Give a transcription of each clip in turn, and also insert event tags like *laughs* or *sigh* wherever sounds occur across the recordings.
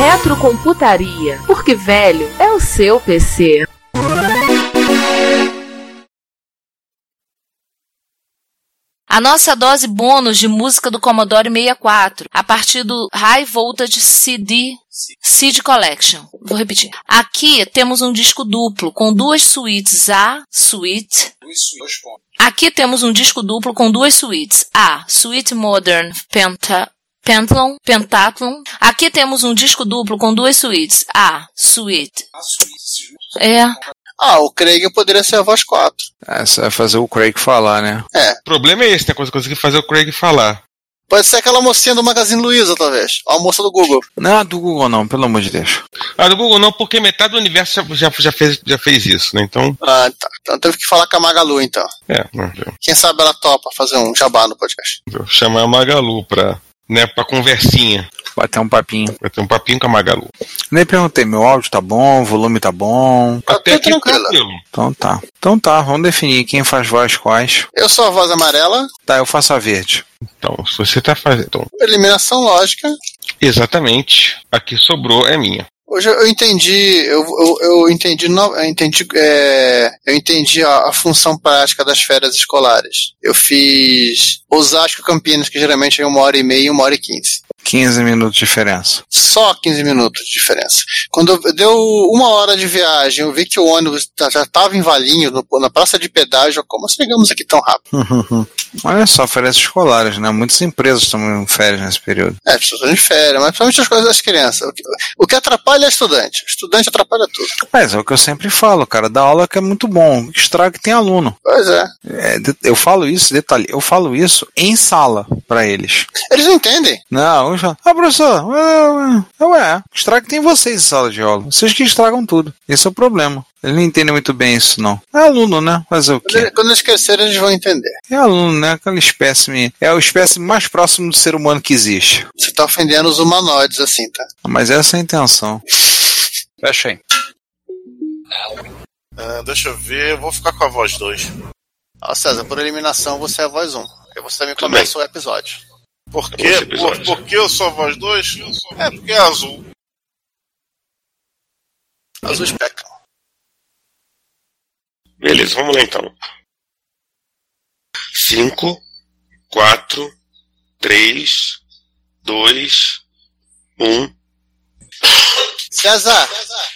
Retrocomputaria, porque velho é o seu PC. A nossa dose bônus de música do Commodore 64, a partir do High Voltage CD Seed Collection. Vou repetir. Aqui temos um disco duplo com duas suítes A, suíte. Aqui temos um disco duplo com duas suítes A, suíte Modern Penta Pentathlon, Pentathlon. Aqui temos um disco duplo com duas suítes. A, suíte. É, Ah, o Craig poderia ser a voz 4. É, você vai fazer o Craig falar, né? O problema é esse, né? Quando conseguir fazer o Craig falar. Pode ser aquela mocinha do Magazine Luiza, talvez. A moça do Google. Não, é do Google não, pelo amor de Deus. Ah, do Google não, porque metade do universo já, já, já fez, já fez isso, né? Então, Ah, tá. Então teve que falar com a Magalu, então. é, vamos ver. Quem sabe ela topa fazer um jabá no podcast. Vou chamar a Magalu pra, né, pra conversinha. Bater um papinho. Vai ter um papinho com a Magalu. Nem perguntei, meu áudio tá bom, o volume tá bom. Tá Até tudo aqui tranquilo. tranquilo. Então tá. Então tá, vamos definir quem faz voz quais. Eu sou a voz amarela, Tá, eu faço a verde. Então, se você tá fazendo. então, eliminação lógica. exatamente. Aqui sobrou é minha. Hoje eu entendi, eu, eu, eu entendi, no- eu entendi, é, eu entendi a, a função prática das férias escolares. Eu fiz Osasco Campinas, que geralmente é uma hora e meia e uma hora e quinze. 15 minutos de diferença. Só 15 minutos de diferença. Quando eu- deu uma hora de viagem, eu vi que o ônibus tá- já estava em Valinho, no- na praça de pedágio. Eu, Como nós chegamos aqui tão rápido? Olha só, férias escolares, né? Muitas empresas estão em férias nesse período. É, as pessoas estão de férias, mas principalmente as coisas das crianças. O que, o que atrapalha é estudante. O estudante atrapalha tudo. Mas é o que eu sempre falo, cara. Dar aula que é muito bom. O que Estraga que tem aluno. Pois é. É, de- eu falo isso, detalhe, eu falo isso em sala pra eles. Eles não entendem. Não, eu já. Ah, professor, ué, ué, ué, estraga que tem vocês em sala de aula. Vocês que estragam tudo. Esse é o problema. Eles não entendem muito bem isso, não. É aluno, né? Fazer o Quando quê? eles- Quando eles crescerem, eles vão entender. É aluno, né? Aquela espécie. É a espécie mais próxima do ser humano que existe. Você tá ofendendo os humanoides, assim, tá? Mas essa é a intenção. Fecha aí. Ah, deixa eu ver, eu vou ficar com a voz 2. Ó, César, por eliminação, você é a voz 1. E você me Tudo começa o episódio. Por Esse quê? Por, episódio. por que eu sou a voz 2? É porque é azul. Azul espectro. Beleza, vamos lá então. 5, 4, 3, 2, 1. César!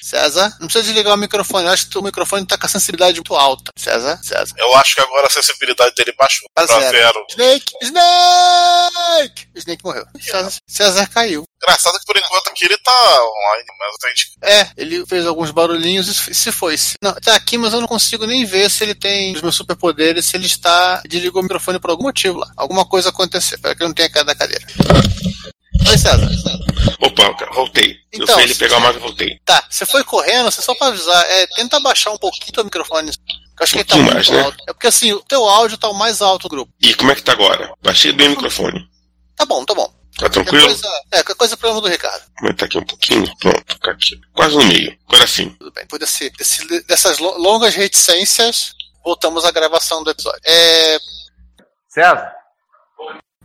César, não precisa desligar o microfone. Eu acho que o microfone tá com a sensibilidade muito alta. César, César. Eu acho que agora a sensibilidade dele baixou Tá pra zero. zero. Snake! Snake! O Snake morreu. César, César caiu. Engraçado que por enquanto aqui ele tá online, mas a gente É, ele fez alguns barulhinhos e se foi. Não, tá aqui, mas eu não consigo nem ver se ele tem os meus superpoderes, se ele está. desligou o microfone por algum motivo lá. Alguma coisa aconteceu. Espero que ele não tenha caído da cadeira. Oi, César. Opa, cara, voltei. eu Então, fui ele se- pegar o mago e voltei. Tá, você foi correndo, você só pra avisar, é, tenta baixar um pouquinho teu microfone. que Eu acho que ele tá Um muito pouquinho mais, né? alto. É porque assim, o teu áudio tá o mais alto do grupo. E como é que tá agora? Baixei bem o microfone. Tá bom, tá bom. Tá Qualquer tranquilo? coisa, é, qualquer coisa é problema do Ricardo. Vou aumentar aqui um pouquinho. Pronto, fica aqui. Quase no meio. Agora sim. Tudo bem. Depois desse, desse- dessas lo- longas reticências, voltamos à gravação do episódio. É. César?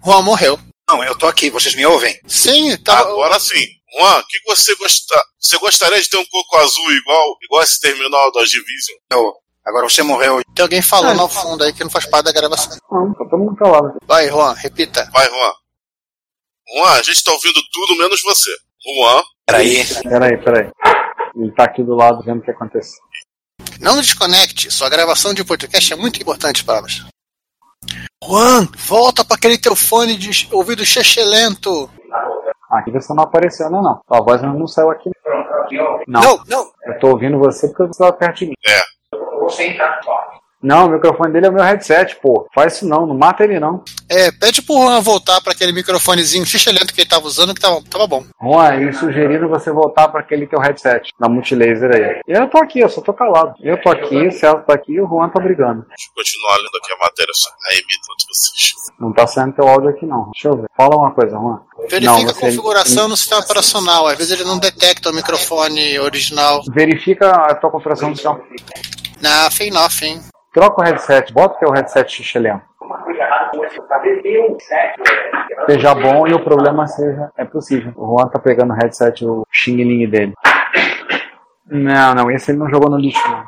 Juan morreu. Não, eu tô aqui, vocês me ouvem? Sim, tá. tá. Agora sim. Juan, o que você gosta? Você gostaria de ter um coco azul igual, igual esse terminal da Division? Eu. Agora você morreu. Tem alguém falando ao fundo aí que não faz parte da gravação. Ah. tá Todo mundo falava. Vai, Juan, repita. Vai, Juan. Juan, a gente tá ouvindo tudo menos você. Juan, Peraí. Peraí, peraí. Ele tá aqui do lado vendo o que aconteceu. Não desconecte, sua gravação de podcast é muito importante para nós. Juan, volta para aquele teu fone de ouvido chechelento. Ah, Aqui você não apareceu, né? Não. Tua voz não saiu aqui. Não. não. É. Eu tô ouvindo você porque você tava perto de mim. É. Não, o microfone dele é o meu headset, pô. Faz isso não, não mata ele não. É, pede pro Juan voltar pra aquele microfonezinho ficha lento que ele tava usando, que tava, tava bom. Juan, e sugerindo você voltar para aquele teu headset na multilaser aí. Eu tô aqui, eu só tô calado. Eu tô aqui, o Celso tá aqui e o Juan tá brigando. Deixa eu continuar lendo aqui a matéria sobre a EMI de vocês. Não tá saindo teu áudio aqui não. Deixa eu ver. Fala uma coisa, Juan. Verifica Não, a você- configuração no sistema operacional. Às vezes ele não detecta o microfone original. Ah, Verifica a tua configuração do som. Na fim, nothing. Troca o headset, bota o teu headset xixelento. Seja bom e o problema seja. É possível. O Juan tá pegando o headset, o xing-ling dele. Não, não, esse ele não jogou no lixo, não.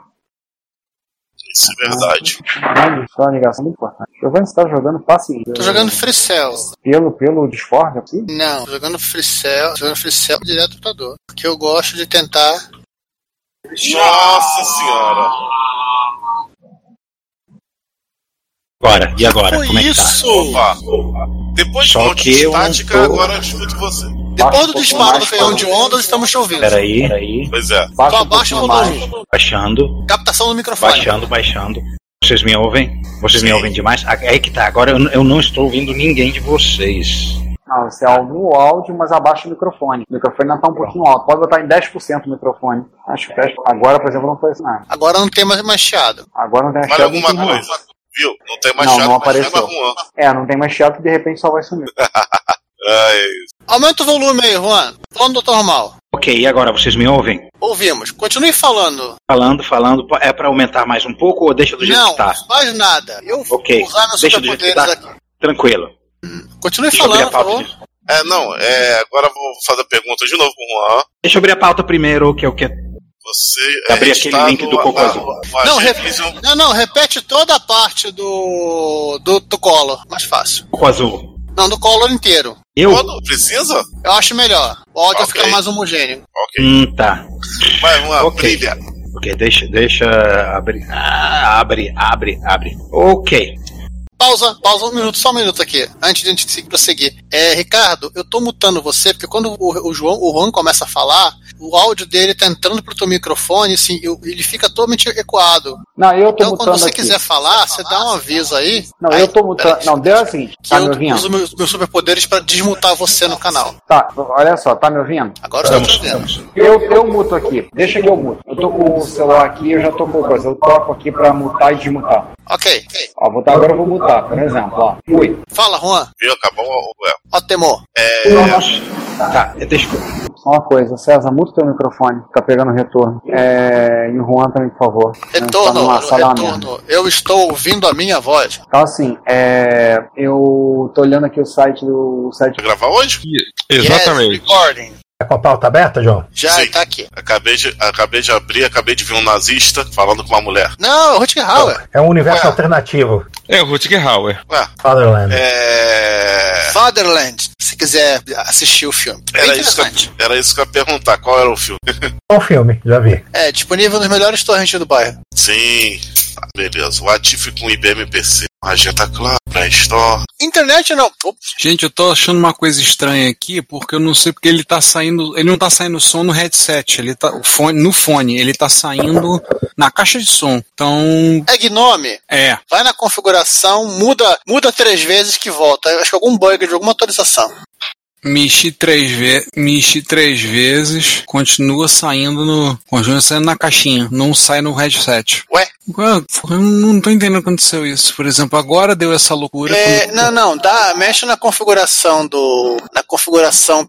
Isso é verdade. Caralho, só é uma ligação muito importante. Giovanni, você tá jogando passe. Tô jogando Free Cell. Pelo, pelo Discord aqui? Não, tô jogando Free Cell, tô jogando Free Cell direto do computador. Porque eu gosto de tentar. Nossa senhora. Agora, e agora? Foi Como é que tá? isso! Opa. Depois de Só um monte que de eu não tática, tô- agora eu escuto você. um Depois do disparo do canhão de ondas, estamos te ouvindo. Peraí, peraí. Pois é. Só um abaixa o volume. Baixando, Captação do microfone. baixando, baixando. Vocês me ouvem? Vocês me ouvem demais? Ah, É que tá, agora eu, n- eu não estou ouvindo ninguém de vocês. Não, você aumenta o áudio, mas abaixa o microfone. O microfone ainda tá um pouquinho alto. Pode botar em 10% o microfone. Acho que 10%. Agora, por exemplo, não foi isso nada. Agora não tem mais mais chiado. Agora não tem mais Vale chiado. não alguma tem mais. coisa. Viu? Não tem mais é Não, chato, mas chama não apareceu. Juan. É, não tem mais chiado que de repente só vai sumir. Ai, Aumenta o volume aí, Juan. Falando do normal. Ok, e agora vocês me ouvem? Ouvimos. Continue falando. Falando, falando. Po- É pra aumentar mais um pouco ou deixa do jeito Não, que tá? faz nada. Eu vou Ok, usar meus deixa do jeito que superpoderes tá. aqui. Tranquilo. Continue Deixa eu abrir a falando, por pauta. favor. de- É, não, é, agora eu vou fazer a pergunta de novo com o Juan. Deixa eu abrir a pauta primeiro, que é o que é. Você Abri aquele editado link do Coco a- Azul. a- a Não, Agência repete, não, não, repete toda a parte do, do, do Collor, mais fácil. Coco Azul. Não, do Collor inteiro. Eu? Quando precisa? Eu acho melhor. O áudio Ok. fica mais homogêneo. Ok. Hum, tá. Vai, Juan, Ok. brilha. Ok, deixa, deixa abrir. Ah, abre, abre, abre. Ok. Pausa, pausa um minuto, só um minuto aqui, antes de a gente se- prosseguir. É, Ricardo, eu tô mutando você, porque quando o, o João, o Juan começa a falar, o áudio dele tá entrando pro teu microfone, assim, eu- ele fica totalmente ecoado. Não, eu tô Então, quando mutando você aqui. quiser falar, você dá um aviso aí. Não, aí, eu tô mutando. peraí, Não, deu assim. Que Tá me eu ouvindo? uso meus, meus superpoderes pra desmutar você no canal. Tá, olha só, tá me ouvindo? Agora eu tô vendo. Eu, eu muto aqui. Deixa que eu muto. Eu tô com o celular aqui, eu já tô com coisa. Eu toco aqui pra mutar e desmutar. Ok, Ó, vou tá, agora eu vou mutar, por exemplo, ó. Fui. fala, Juan. Viu? Acabou o. É. Ó, Temor. Tá, eu deixo. Só uma coisa, César, muta o teu microfone, tá pegando retorno. É, e o Juan também, por favor. Tá Retorno, numa sala mesmo. retorno. Eu estou ouvindo a minha voz. Então assim, é, eu tô olhando aqui o site do o site. Vai gravar hoje? Yes, Exatamente. recording. Tá com a pauta aberta, João? Já Sim. tá aqui. Acabei de, acabei de abrir, acabei de ver um nazista falando com uma mulher. Não, Rutger Hauer. É um universo Ué. alternativo. É o Rutger Hauer. Ué, Fatherland. é. Fatherland, se quiser assistir o filme. É Era isso, que interessante. eu, era isso que eu ia perguntar. Qual era o filme? É um filme, já vi. É, disponível nos melhores torrentes do bairro. Sim. Ah, Beleza. O Atif com IBM PC. Agenda tá Claro, Play Store. Internet não. Ops, Gente, eu tô achando uma coisa estranha aqui, porque eu não sei porque ele tá saindo. Ele não tá saindo som no headset, ele tá. O fone, no fone, ele tá saindo na caixa de som. Então. É Gnome. É. Vai na configuração, muda, muda três vezes que volta. Eu Acho que algum bug de alguma atualização. Mexi três, ve mexi três vezes, continua saindo no. Continua saindo na caixinha, não sai no headset. Ué? Ué, Eu não tô entendendo o que aconteceu isso. Por exemplo, agora deu essa loucura. É, quando- não, não, dá, mexe na configuração do. Na configuração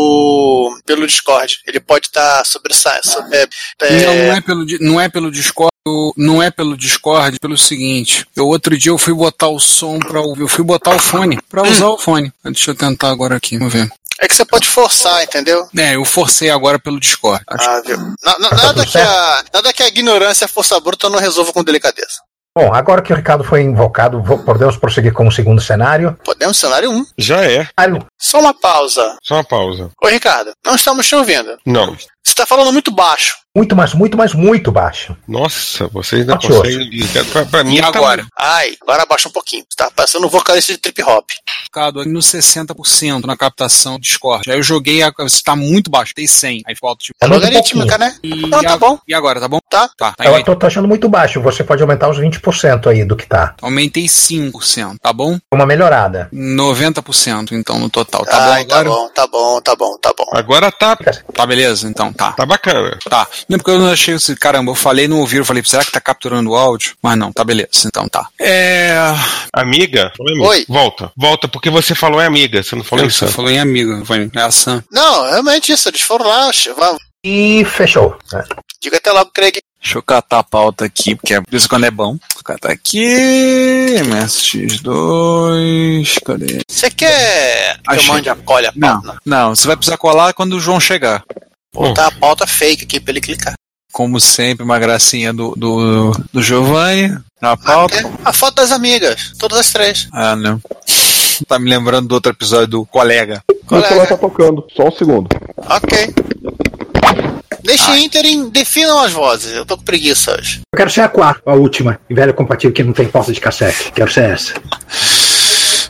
pelo. pelo Discord. Ele pode estar tá sobressa- so- é, Não, é, não é pelo, di- não é pelo Discord, eu- não é pelo Discord, pelo seguinte. Eu outro dia eu fui botar o som pra ouvir, eu fui botar o fone pra Hum. usar o fone. Ah, Deixa eu tentar agora aqui, vamos ver. é que você pode forçar, entendeu? É, eu forcei agora pelo Discord. É um Acho- Ah, viu? Na- na- nada, que a, nada que a ignorância e a força bruta não resolva com delicadeza. Bom, agora que o Ricardo foi invocado, vo- podemos prosseguir com o segundo cenário. Podemos cenário 1. Já é. Ah, não. Só uma pausa. Só uma pausa. Oi, Ricardo. Não estamos te ouvindo. Não. Você está falando muito baixo. Muito, mas muito, mas muito baixo. Nossa, vocês ainda Ótimo. conseguem ligar. Pra, pra mim, E tá- agora? Ai, agora abaixa um pouquinho. Tá passando um vocalista de trip hop. Mercado aqui nos 60% na captação do Discord. Aí eu joguei, a- você tá muito baixo, tem 100. Aí falta tipo. É muito pouquinho. né? Não, tá bom. E agora, tá bom? Tá. Tá, tá Eu em... tô, tô achando muito baixo. Você pode aumentar os 20% aí do que tá. Aumentei 5%, tá bom? Uma melhorada. 90% então no total. Tá Ai, bom agora? tá bom, tá bom, tá bom, tá bom. Agora tá. Tá beleza, então, tá. Tá bacana. Tá. Não, porque eu não achei esse. Caramba, eu falei, não ouviram, eu falei, será que tá capturando o áudio? Mas não, tá beleza, então tá. É. Amiga? Oi. Volta. Volta, porque você falou é amiga. Você não falou Eu- isso. Você falou em amigo, Vani. É a Sam. Não, realmente isso. Eles foram lá, vá, E fechou. né? diga até logo, Craig. Deixa eu catar a pauta aqui, porque é- isso quando é bom. Vou catar aqui. MSX2. Cadê? Você quer que eu Achei. mande a colha? Não, não, você vai precisar colar quando o João chegar. Botar Tá, a pauta fake aqui pra ele clicar. Como sempre, uma gracinha do, do, do Giovanni. Na pauta. A foto das amigas, todas as três. Ah, não. tá me lembrando do outro episódio do colega. O celular tá tocando, só um segundo. Ok. Deixa o Inter em. Definam as vozes. Eu tô com preguiça hoje. Eu quero ser a quarta, a última. Velha compatível que não tem pauta de cassete. Quero ser essa.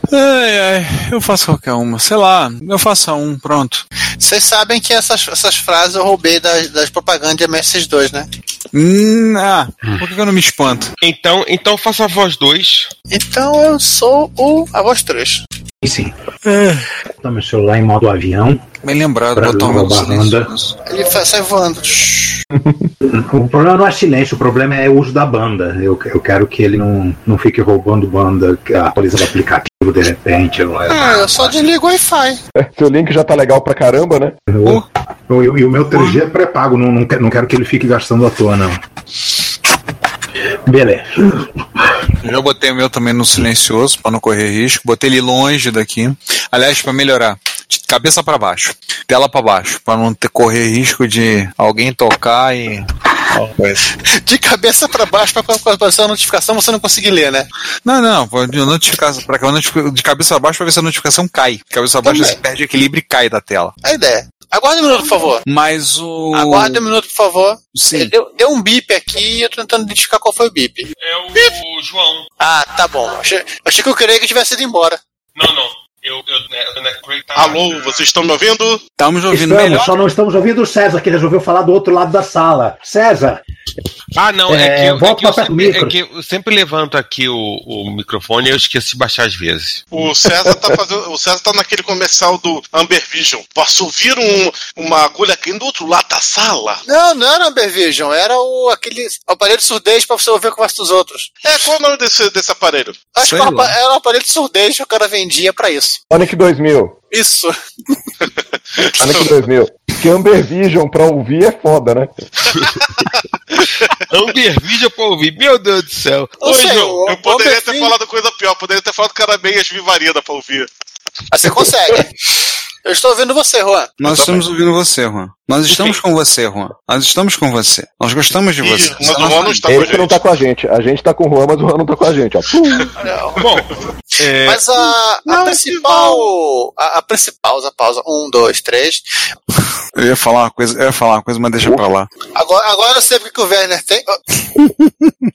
Ai, ai, eu faço qualquer uma. Sei lá, eu faço um, pronto. Vocês sabem que essas, essas frases eu roubei das, das propagandas de MS2, né? Hum, ah, por que que eu não me espanto? Então, então faça a voz 2. Então eu sou o. A voz 3. E sim. É. Tá meu celular em modo avião. Bem lembrado, pra botar o meu roubar a banda. Ele fa- sai voando. O problema não é silêncio, o problema é o uso da banda. Eu, eu quero que ele não, não fique roubando banda, atualizando aplicativo de repente. Eu, Ah, eu só desligo o Wi-Fi. *laughs* É, seu link já tá legal pra caramba, né? eu- eu- e o meu 3G é pré-pago, não, não, quero, não quero que ele fique gastando à toa, não. Beleza. Já botei o meu também no silencioso, pra não correr risco. Botei ele longe daqui. Aliás, pra melhorar, de cabeça pra baixo, tela pra baixo, pra não ter, correr risco de alguém tocar e. De cabeça pra baixo pra quando aparecer a notificação você não conseguir ler, né? Não, não, pô, de notificação, pra que a notificação, de cabeça pra baixo pra ver se a notificação cai. De cabeça pra baixo Também. você perde o equilíbrio e cai da tela. A ideia. Aguarde um minuto, por favor. Mas o. Aguarde um minuto, por favor. Sim. Deu, deu um bip aqui e eu tô tentando identificar qual foi o bip. É o, João. Ah, tá bom. Achei, achei que o Craig tivesse ido embora. Não, não. Eu, eu, né, tá Alô, vocês estão me ouvindo? Estamos Estamos, só não estamos ouvindo o César, que resolveu falar do outro lado da sala. César, Ah, não, é, É, que, eu, é, volta que eu pra perto do sempre, é micro. que eu sempre levanto aqui o, o microfone e eu esqueço de baixar às vezes. O César tá fazendo. O César tá naquele comercial do Amber Vision. Posso ouvir um- uma agulha aqui do outro lado da sala? Não, não era Amber Vision, era o, aquele aparelho de surdez pra você ouvir a conversa dos outros. É, qual o nome desse, desse aparelho? Acho Sei que era, um lá. apa- era um aparelho de surdez que o cara vendia pra isso. Sonic 2000. Isso. Sonic 2000. Que Amber Vision pra ouvir é foda, né? Amber Vision pra ouvir, meu Deus do céu. Ô, Oi, João, João. eu poderia ter falado coisa pior, poderia ter falado que era meias vivarida pra ouvir. Mas Ah, você consegue. eu estou ouvindo você, Juan. Nós estamos ouvindo você, Juan. Nós estamos com você, Juan. Nós estamos com você. Nós gostamos de você. Você é nosso amigo. Ele que não tá com a gente. A gente tá com o Juan, mas o Juan não tá com a gente. Ó. Pum. Bom, É. Mas a, a principal. A, a principal. Pausa, pausa. Um, dois, três. Eu ia falar uma coisa, eu ia falar uma coisa, mas deixa pra lá. Agora, agora eu sei porque que o Werner tem.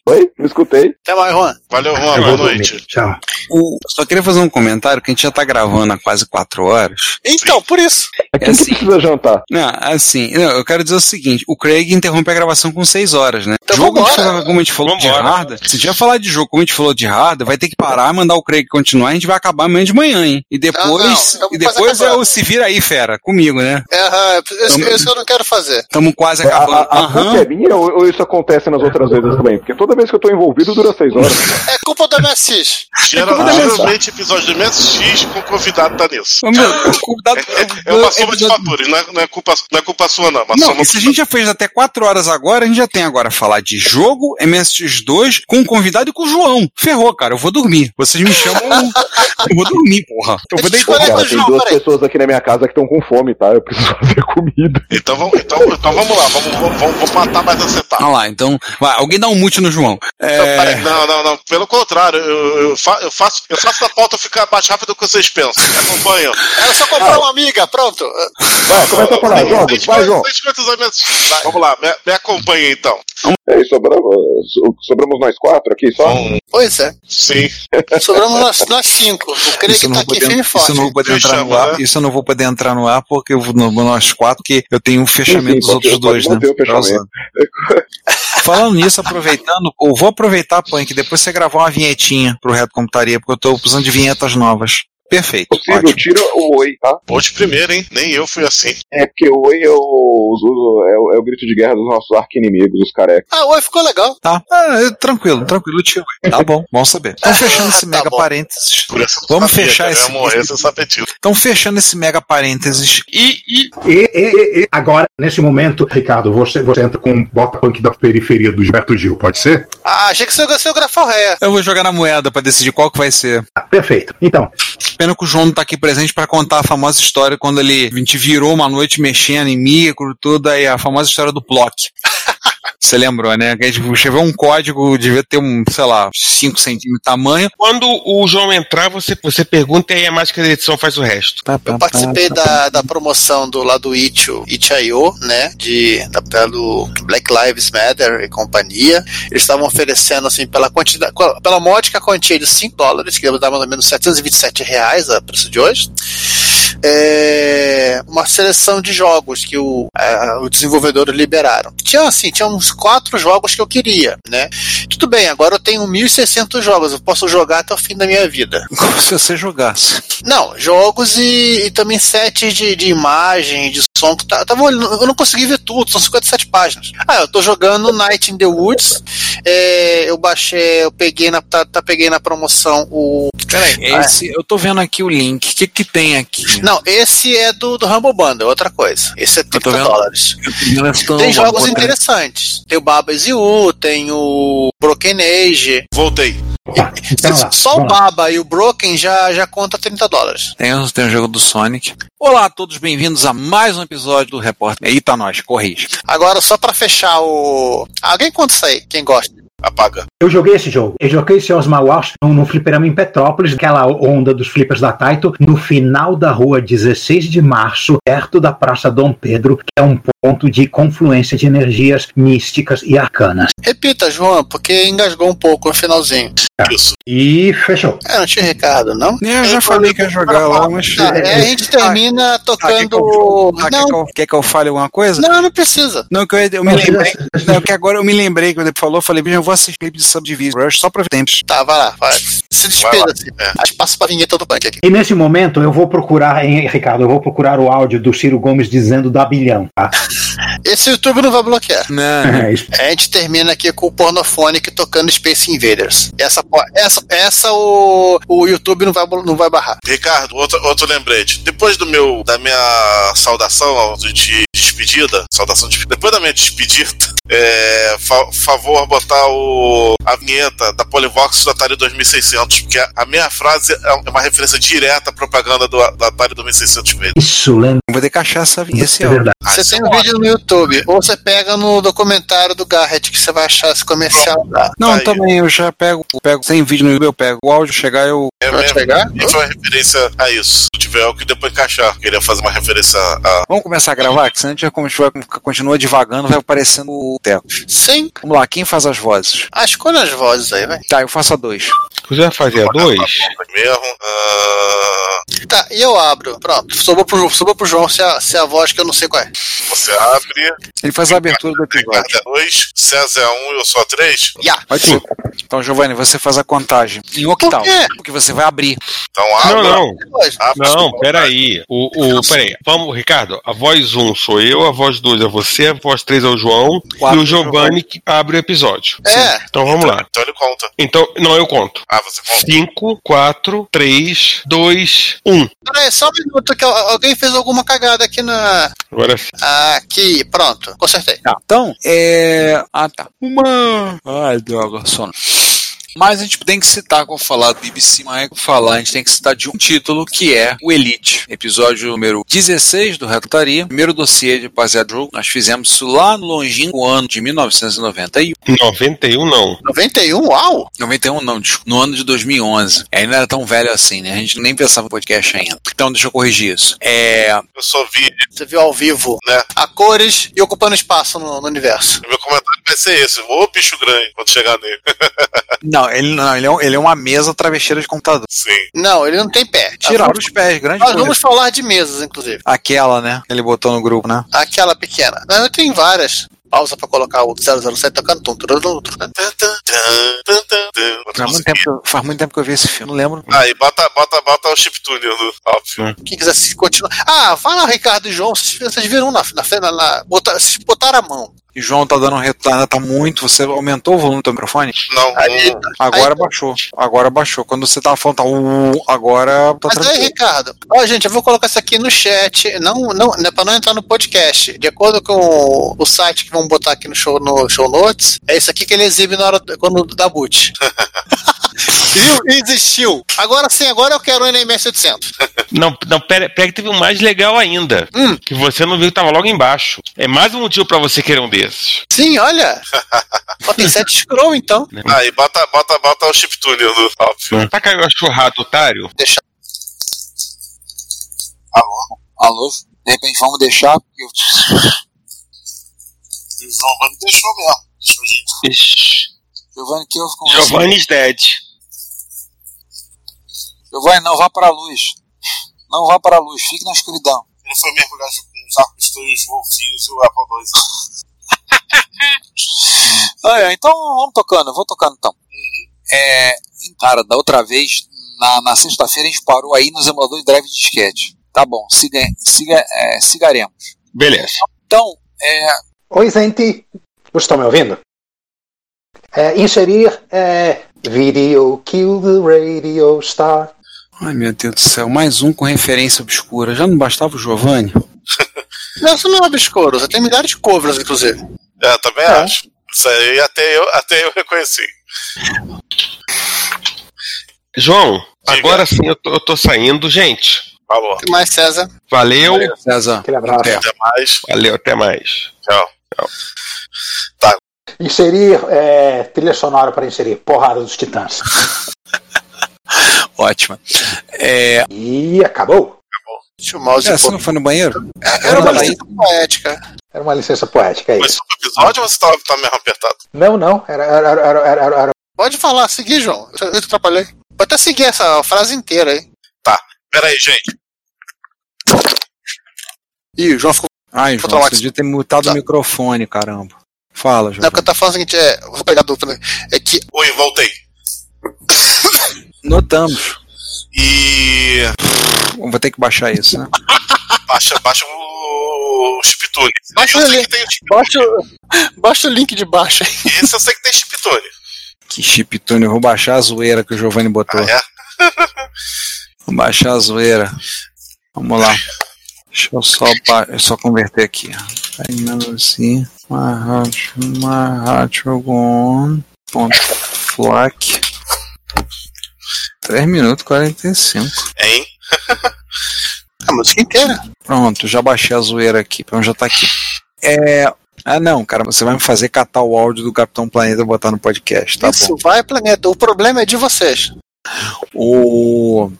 Oi? Não escutei. Até mais, Juan. Valeu, Juan. Boa noite. Tchau. O- só queria fazer um comentário que a gente já tá gravando há quase quatro horas. Então, por isso. É quem que precisa jantar? Não, assim, não, eu quero dizer o seguinte: o Craig interrompe a gravação com seis horas, né? Então jogo, a gente vambora. fala- como a gente falou de Harda, se a gente vai falar de jogo, como a gente falou de Harda, vai ter que parar, mandar o Craig continuar, a gente vai acabar amanhã de manhã, hein? E depois, Ah, não, então tamo quase e depois é acabando. o se vira aí, fera, comigo, né? É, aham, é isso, é isso que eu não quero fazer. Estamos quase A, acabando. a, a culpa é minha ou, ou isso acontece nas outras vezes também? Porque toda vez que eu tô envolvido dura seis *laughs* horas. É culpa do MSX. Geral- É culpa da minha geralmente episódio do MSX com convidado tá nisso. Ô, *laughs* meu, o convidado- é, é uma soma de fatores, não é, não é culpa, não é culpa sua, não. é Uma Não, soma e se a gente já fez até 4 horas agora, a gente já tem agora falar de jogo, MSX2, com o convidado e com o João. Ferrou, cara, eu vou dormir. Vocês me chamam Eu vou dormir, porra. Eu vou deitar. Cara, tem duas pessoas aqui na minha casa que estão com fome, tá? Eu preciso *laughs* fazer comida. Então vamos, então, então vamos lá, vamos, vamos, vamos, vamos matar mais essa etapa. Ah lá, então. Vai, alguém dá um mute no João. Então, peraí, Não, não, não. Pelo contrário, eu, eu fa- eu faço, eu faço a pauta ficar mais rápido do que vocês pensam. Acompanho. Era É só comprar uma amiga, pronto. Vai, Ah, começa a falar, joga, vai, João. Vocês quantos anos? Vai, Vamos lá, me, me acompanha então. É, e sobramos, so- sobramos nós quatro aqui só? Pois é. Sim. Sobramos nós, nós cinco. O Craig Isso eu tá não vou aqui poder, firme e isso forte. eu não vou poder entrar no ar. Isso eu não vou poder entrar no ar porque eu vou- no- nós quatro que eu tenho um Sim, fechamento sim, dos pode- outros pode dois, né? manter o fechamento. Falando nisso, aproveitando, eu vou aproveitar, Punk, que depois você gravar uma vinhetinha pro Reto Computaria, porque eu tô precisando de vinhetas novas. Perfeito. É Possível, tira o oi, tá? Ponte primeiro, hein? Nem eu fui assim. É porque o oi é o, os- os- é o, é o grito de guerra dos nossos arqui-inimigos, os carecas. Ah, oi, ficou legal. Tá. Ah, eu- tranquilo, tranquilo, tio. Tá bom, bom saber. Então, fechando esse mega parênteses. Por essa Vamos fechar esse. Morrer sem saber disso. Então, fechando esse mega parênteses. E, e E, e- e- e agora, nesse momento, Ricardo, você, você entra com um bota punk da periferia do Gilberto Gil, pode ser? Ah, achei que você ia ser o Graforreia. Eu vou jogar na moeda pra decidir qual que vai ser. Perfeito. Então. Pena que o João não tá aqui presente pra contar a famosa história quando ele a gente virou uma noite mexendo em micro, tudo, aí a famosa história do block. *laughs* Você lembrou, né? Que a gente escreveu um código, devia ter um, sei lá, 5 centímetros de tamanho. quando o João entrar, você, você pergunta e aí a mágica da edição faz o resto. Eu participei da, da promoção do lá do Itch.io, Itch.io, né? De, da, pelo Black Lives Matter e companhia. Eles estavam oferecendo, assim, pela quantidade, qual- pela módica quantia de 5 dólares, que dava mais ou menos 727 reais a preço de hoje. é, uma seleção de jogos que o, a- os desenvolvedores liberaram. Tinha assim, tinha uns quatro jogos que eu queria, né? Tudo bem, agora eu tenho 1.600 jogos, eu posso jogar até o fim da minha vida. Como se você jogasse. Não, jogos e, e também sets de, de imagem, de som. Que tá, eu tava olhando- eu não consegui ver tudo, são 57 páginas. Ah, eu tô jogando Night in the Woods. é, eu baixei, eu peguei na, tá, tá- peguei na promoção o. Peraí, É Esse, eu tô vendo aqui o link. O que que tem aqui? Não, esse é do, do Humble Bundle, outra coisa. Esse é 30 dólares. um Tem jogos interessantes. Tem o Baba Is You, tem o Broken Age. Voltei. então Só um o Baba e o Broken já, já conta 30 dólares. Tem, um- tem um jogo do Sonic. Olá a todos, bem-vindos a mais um episódio do Repórter. Eita, nós, corris. Agora, só pra fechar o. Alguém conta isso aí, quem gosta. Apaga. Eu joguei esse jogo. Eu joguei esse Osmar Walsh num, num fliperama em Petrópolis, aquela onda dos flippers da Taito, no final da rua 16 de março, perto da Praça Dom Pedro, que é um ponto de confluência de energias místicas e arcanas. Repita, João, porque engasgou um pouco no finalzinho. Isso. E fechou. É, não tinha recado, não? Eu já falei que ia jogar lá, mas. Tá, é, a gente termina tocando. Ah, quer, que não, eu, quer que eu fale alguma coisa? não, não precisa. Não, que eu, eu me lembrei. não, que agora eu me lembrei quando ele falou, eu falei, bicho, eu vou assistir clipe de Subdivision Rush só pra ver tempos. Tá, vai lá, vai. Se despeda, assim. Acho que passa pra vinheta do punk aqui. E nesse momento eu vou procurar, hein, Ricardo, eu vou procurar o áudio do Ciro Gomes dizendo da bilhão, tá? *laughs* Esse YouTube não vai bloquear. Né? Uhum. É isso. A gente termina aqui com o Pornofonic tocando Space Invaders. Essa, po- essa, essa o, o YouTube não vai, blo- não vai barrar. Ricardo, outro, outro lembrete. Depois do meu, da minha saudação ao- de despedida, saudação de, depois da minha despedida, *laughs* é, fa- favor botar o, a vinheta da Polivox do Atari 2600, porque a, a minha frase é uma referência direta à propaganda do, do Atari 2600 mesmo. Isso, lembra? Vou ter que achar essa vinheta. Esse É verdade. Você tem um vídeo no YouTube, ou você pega no documentário do Garrett que você vai achar esse comercial lá. Não, também eu já pego, pego sem vídeo no YouTube, eu pego o áudio, chegar eu. É Vai mesmo. pegar? E foi uma referência a isso. Se tiver algo que depois encaixar, queria fazer uma referência a. Vamos começar a gravar, que senão a gente vai como a gente vai- continua devagando, vai aparecendo o teco. Sim. Vamos lá, quem faz as vozes? Ah, escolha as vozes aí, vai. Tá, eu faço a dois. Você vai fazer a dois? Mesmo. ah, Tá, e eu abro. Pronto, sobrou pro, sobrou pro João se a, se a voz que eu não sei qual é. você abre. Ele faz a abertura do episódio. Ricardo é 2, César é 1 um, eu sou a 3. Yeah. Vai tu. Então, Giovanni, você faz a contagem. Em octal. Porque você vai abrir. Então Não, abre. não. Voz. abre Não, peraí. O, o, peraí. Vamos, Ricardo. A voz 1 sou eu, a voz 2 é você, a voz 3 é o João Quatro, e o Giovanni que abre o episódio. É. Então vamos lá. Então ele conta. Então, não, eu conto. Ah, você conta. 5, 4, 3, 2, 1. Peraí, só um minuto que al- alguém fez alguma cagada aqui na. Agora sim. Aqui, pronto, consertei. Tá. Então, é. Ah, tá. Uma. Ai, droga, sono. Mas a gente tem que citar, como falar do BBC Michael, falar, a gente tem é que citar de um título que é o Elite, episódio número 16 do Retaria, primeiro dossiê de Pazia Drew. Nós fizemos isso lá no longínquo ano de 1991. 91 não. 91, uau! 91 não, desculpa. No ano de 2011. É, Ainda era tão velho assim, né? A gente nem pensava em podcast ainda. Então, deixa eu corrigir isso. É... Eu só vi. Você viu ao vivo, né? A cores e ocupando espaço no, no universo. Meu comentário vai ser esse. Ô, bicho grande, quando chegar nele. *laughs* Não, ele não, ele é, um- ele é uma mesa travesteira de computador. Sim. Não, ele não tem pé. Tá Tiraram os pés, grande Nós coisa. vamos falar de mesas, inclusive. Aquela, né? Ele botou no grupo, né? Aquela pequena. Não, eu tenho várias. Pausa pra colocar o 007 tocando. Tum, tum, tum, tum. Faz muito, tempo que eu, faz muito tempo que eu vi esse filme, não lembro. Aí, bota, bota, bota o chiptune no áudio. Quem quiser se continuar. Ah, vai lá, Ricardo e João. Vocês, vocês viram na, na, na, na botar, vocês botaram a mão. E João tá dando um retardo, tá muito. Você aumentou o volume do teu microfone? Não. um- tá. Agora baixou. Agora baixou. Quando você tava falando, tá. uh, agora tá Mas aí, tranquilo. Ricardo, ó, gente, eu vou colocar isso aqui no chat, não, não, né, pra não entrar no podcast. De acordo com o, o site que vão botar aqui no show, no show notes, é isso aqui que ele exibe na hora do- quando dá boot. Viu? Existiu. Agora sim, agora eu quero o NMS 800. Não, não pera, pera que teve um mais legal ainda. Que você não viu que tava logo embaixo. É mais um motivo pra você querer um desses. Sim, *laughs* olha. Ó, tem sete scroll, então. Aí, bota, bota, bota o chiptune no áudio. Tá caindo a churrada, otário? Deixa. Alô? Alô? De repente vamos deixar. porque eu- Giovanni deixou mesmo. Deixou, gente. Giovanni, que eu com Giovanni's Dead. Giovanni, não vá para a luz. Não vá para a luz, fique na escuridão. Ele foi mergulhar junto com os arcos, os golfinhos e o Apple II. Ah, é, então vamos tocando, eu vou tocando então. É, cara, da outra vez, na, na sexta-feira, a gente parou aí nos emuladores de drive de disquete. Tá bom, siga, siga, é, sigaremos. Beleza. Então, é, Oi, gente. Vocês estão me ouvindo? É, inserir é, Video Kill the Radio Star. Ai meu Deus do céu, mais um com referência obscura. Já não bastava o Giovanni? Não, isso não é obscuro. Você tem milhares de covers, inclusive. É, também acho. Isso aí até eu, até eu reconheci. João, agora sim eu tô, eu tô saindo, gente. Falou. Até mais, César. Valeu. César. Aquele abraço. É. Até mais. Valeu, até mais. Tchau. Inserir é, trilha sonora para inserir Porrada dos Titãs. Ótima. É... E acabou. Deixa o mouse é, você É, não foi no banheiro? Era uma licença poética. Era uma licença poética, é isso. Episódio ou você tá, tá mesmo apertado? Não, não. Era, era, era, era, era- era- Pode falar, seguir, João. Eu te atrapalhei. Pode até seguir essa frase inteira aí. Tá. Pera aí, gente. Ih, o João ficou. Ai, João, Fotomax. você devia ter mutado o microfone, caramba. Fala, Não, João. porque eu tô falando o seguinte, é. Vou pegar a dupla. É que. Oi, voltei. Notamos. E. Vou ter que baixar isso, né? Baixa, baixa o chiptune. Baixa o, link, baixa, o- baixa o link de baixo aí. Esse eu sei que tem chiptune. Que chiptune, eu vou baixar a zoeira que o Giovanni botou. Ah, é? *laughs* Vou baixar a zoeira. Vamos lá. Deixa eu só, ba- eu só converter aqui. Aí, assim. Mahatragon.flock 3 minutos e 45. Hein? A música inteira. Pronto, já baixei a zoeira aqui. Então já tá aqui. É. Ah, não, cara, você vai me fazer catar o áudio do Capitão Planeta e botar no podcast, tá Isso bom? vai, planeta. O problema é de vocês. O...